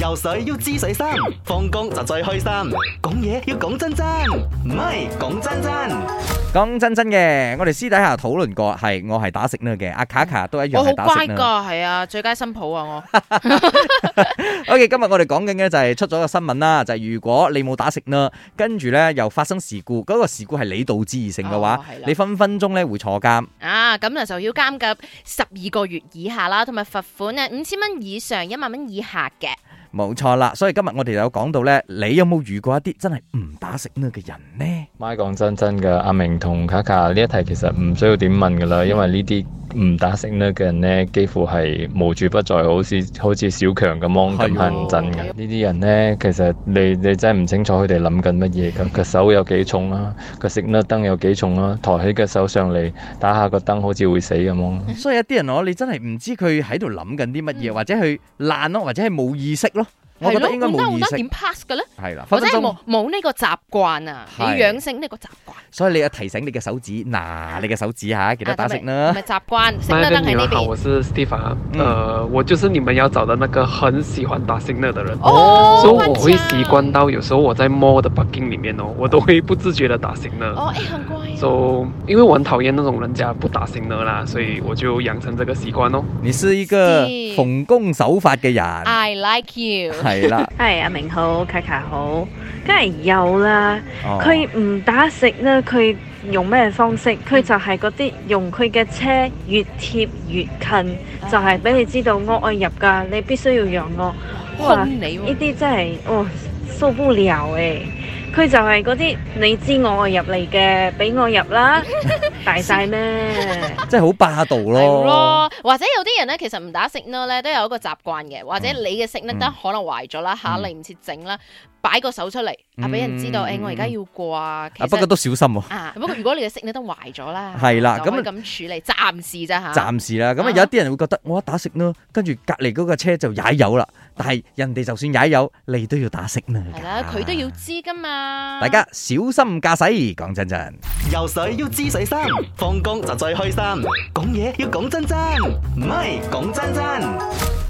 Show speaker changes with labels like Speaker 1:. Speaker 1: 游水要知水深，放工就最開心。講嘢要講真真，唔係講真真。
Speaker 2: 講真真嘅，我哋私底下討論過，係我係打食呢嘅，阿卡卡都一樣
Speaker 3: 我好
Speaker 2: 係打
Speaker 3: 乖
Speaker 2: 食呢。
Speaker 3: 噶，係啊，最佳新抱啊
Speaker 2: OK，今日我哋講緊嘅就係出咗個新聞啦，就係、如果你冇打食呢，跟住咧又發生事故，嗰、個事故係你導致而成嘅話，
Speaker 3: 哦係啦
Speaker 2: 你分分鐘咧會坐監。
Speaker 3: 我啊，咁啊就要監禁十二個月以下啦，同埋罰款啊五千蚊以上一萬蚊以下嘅。
Speaker 2: 冇錯啦，所以今日我哋有講到咧，你有冇遇過一啲真係唔打食呢嘅人呢？
Speaker 4: 咪講真真㗎，阿明同卡卡呢一題其實唔需要點問㗎啦，
Speaker 2: 嗯
Speaker 4: 因為呢啲唔打識呢嘅人呢，幾乎係無處不在，好似好似小強咁樣
Speaker 2: 係
Speaker 4: 咁
Speaker 2: 喎
Speaker 4: 恨真嘅。呢啲人呢，其實你你真係唔清楚佢哋諗緊乜嘢
Speaker 2: 嗯
Speaker 4: 咁，個手有幾重啦、個食呢燈有幾重啦、抬起個手上嚟打下個燈，好似會死咁樣。
Speaker 2: 所以一啲人我你真係唔知佢喺度諗緊啲乜嘢，
Speaker 3: 嗯
Speaker 2: 或者佢懶咯，或者係冇意識咯。我覺得應該冇意
Speaker 3: 得
Speaker 2: 識
Speaker 3: 點 pass 嘅咧？
Speaker 2: 係啦，
Speaker 3: 或
Speaker 2: 分
Speaker 3: 者
Speaker 2: 分
Speaker 3: 係
Speaker 2: 鐘
Speaker 3: 冇。冇呢個習慣啊？你
Speaker 2: 係
Speaker 3: 養成呢個習慣。
Speaker 2: 所以你要提醒你嘅手指，
Speaker 3: 啊
Speaker 2: 嗱，你嘅手指吓，記得打食呢。
Speaker 3: 咪習慣食
Speaker 5: 麦
Speaker 3: 得
Speaker 5: 的
Speaker 3: 登
Speaker 5: 你
Speaker 3: 喺
Speaker 5: 们
Speaker 3: 呢
Speaker 5: 好，
Speaker 3: 邊。
Speaker 5: 我是 Steve 啊。
Speaker 2: 嗯
Speaker 5: 呃，我就是你们要找的那个很喜欢打新乐的人，
Speaker 3: 哦
Speaker 5: 所以我会习。惯到有时候我在 mall 的 parking 里面哦，我都会不自觉的打新乐。
Speaker 3: 哦，哎，很乖啊。
Speaker 5: So，因为我很讨厌那种人家不打新乐啦，所以我就养成这个习惯哦。
Speaker 2: 你是一個
Speaker 3: 是
Speaker 2: 奉公守法嘅人，
Speaker 3: I like you。
Speaker 2: 係啦。
Speaker 6: 係阿明好，卡卡好，梗係有啦。
Speaker 2: 哦
Speaker 6: 佢唔打食咧，佢用咩方式？佢就係嗰啲用佢嘅車越貼越近，就係俾你知道我愛入㗎，你必須要讓我。哇
Speaker 3: 兇你
Speaker 6: 呢
Speaker 3: 喎！
Speaker 6: 啲真係哦受不了誒！佢就係嗰啲你知我愛入嚟嘅，俾我入啦，大晒咩？
Speaker 2: 真係好霸道
Speaker 3: 係
Speaker 2: 咯。啊
Speaker 3: 咯，或者有啲人咧，其實唔打食呢咧，都有一個習慣嘅，或者你嘅食呢得可能壞咗啦嚇，
Speaker 2: 嗯
Speaker 3: 嚟唔切整啦，擺個手出嚟，啊俾人知道，
Speaker 2: 嗯
Speaker 3: 誒我而家要過啊，其
Speaker 2: 啊，不過
Speaker 3: 實
Speaker 2: 都小心喎，
Speaker 3: 啊，不過如果你嘅食呢得壞咗啦，
Speaker 2: 係啦
Speaker 3: 就可以
Speaker 2: 咁
Speaker 3: 咁處理，暫時咋嚇，
Speaker 2: 暫時啦。咁啊，
Speaker 3: 啊
Speaker 2: 有一啲人會覺得我一打食呢，跟住隔離嗰個車就踩油啦。但係人哋就算踩油，你都要打食呢。
Speaker 3: 係啦，佢都要。知噶嘛，
Speaker 2: 大家小心駕駛，講真真。
Speaker 1: 游水要知水深，放工就最開心。講嘢要講真真，唔係講真真。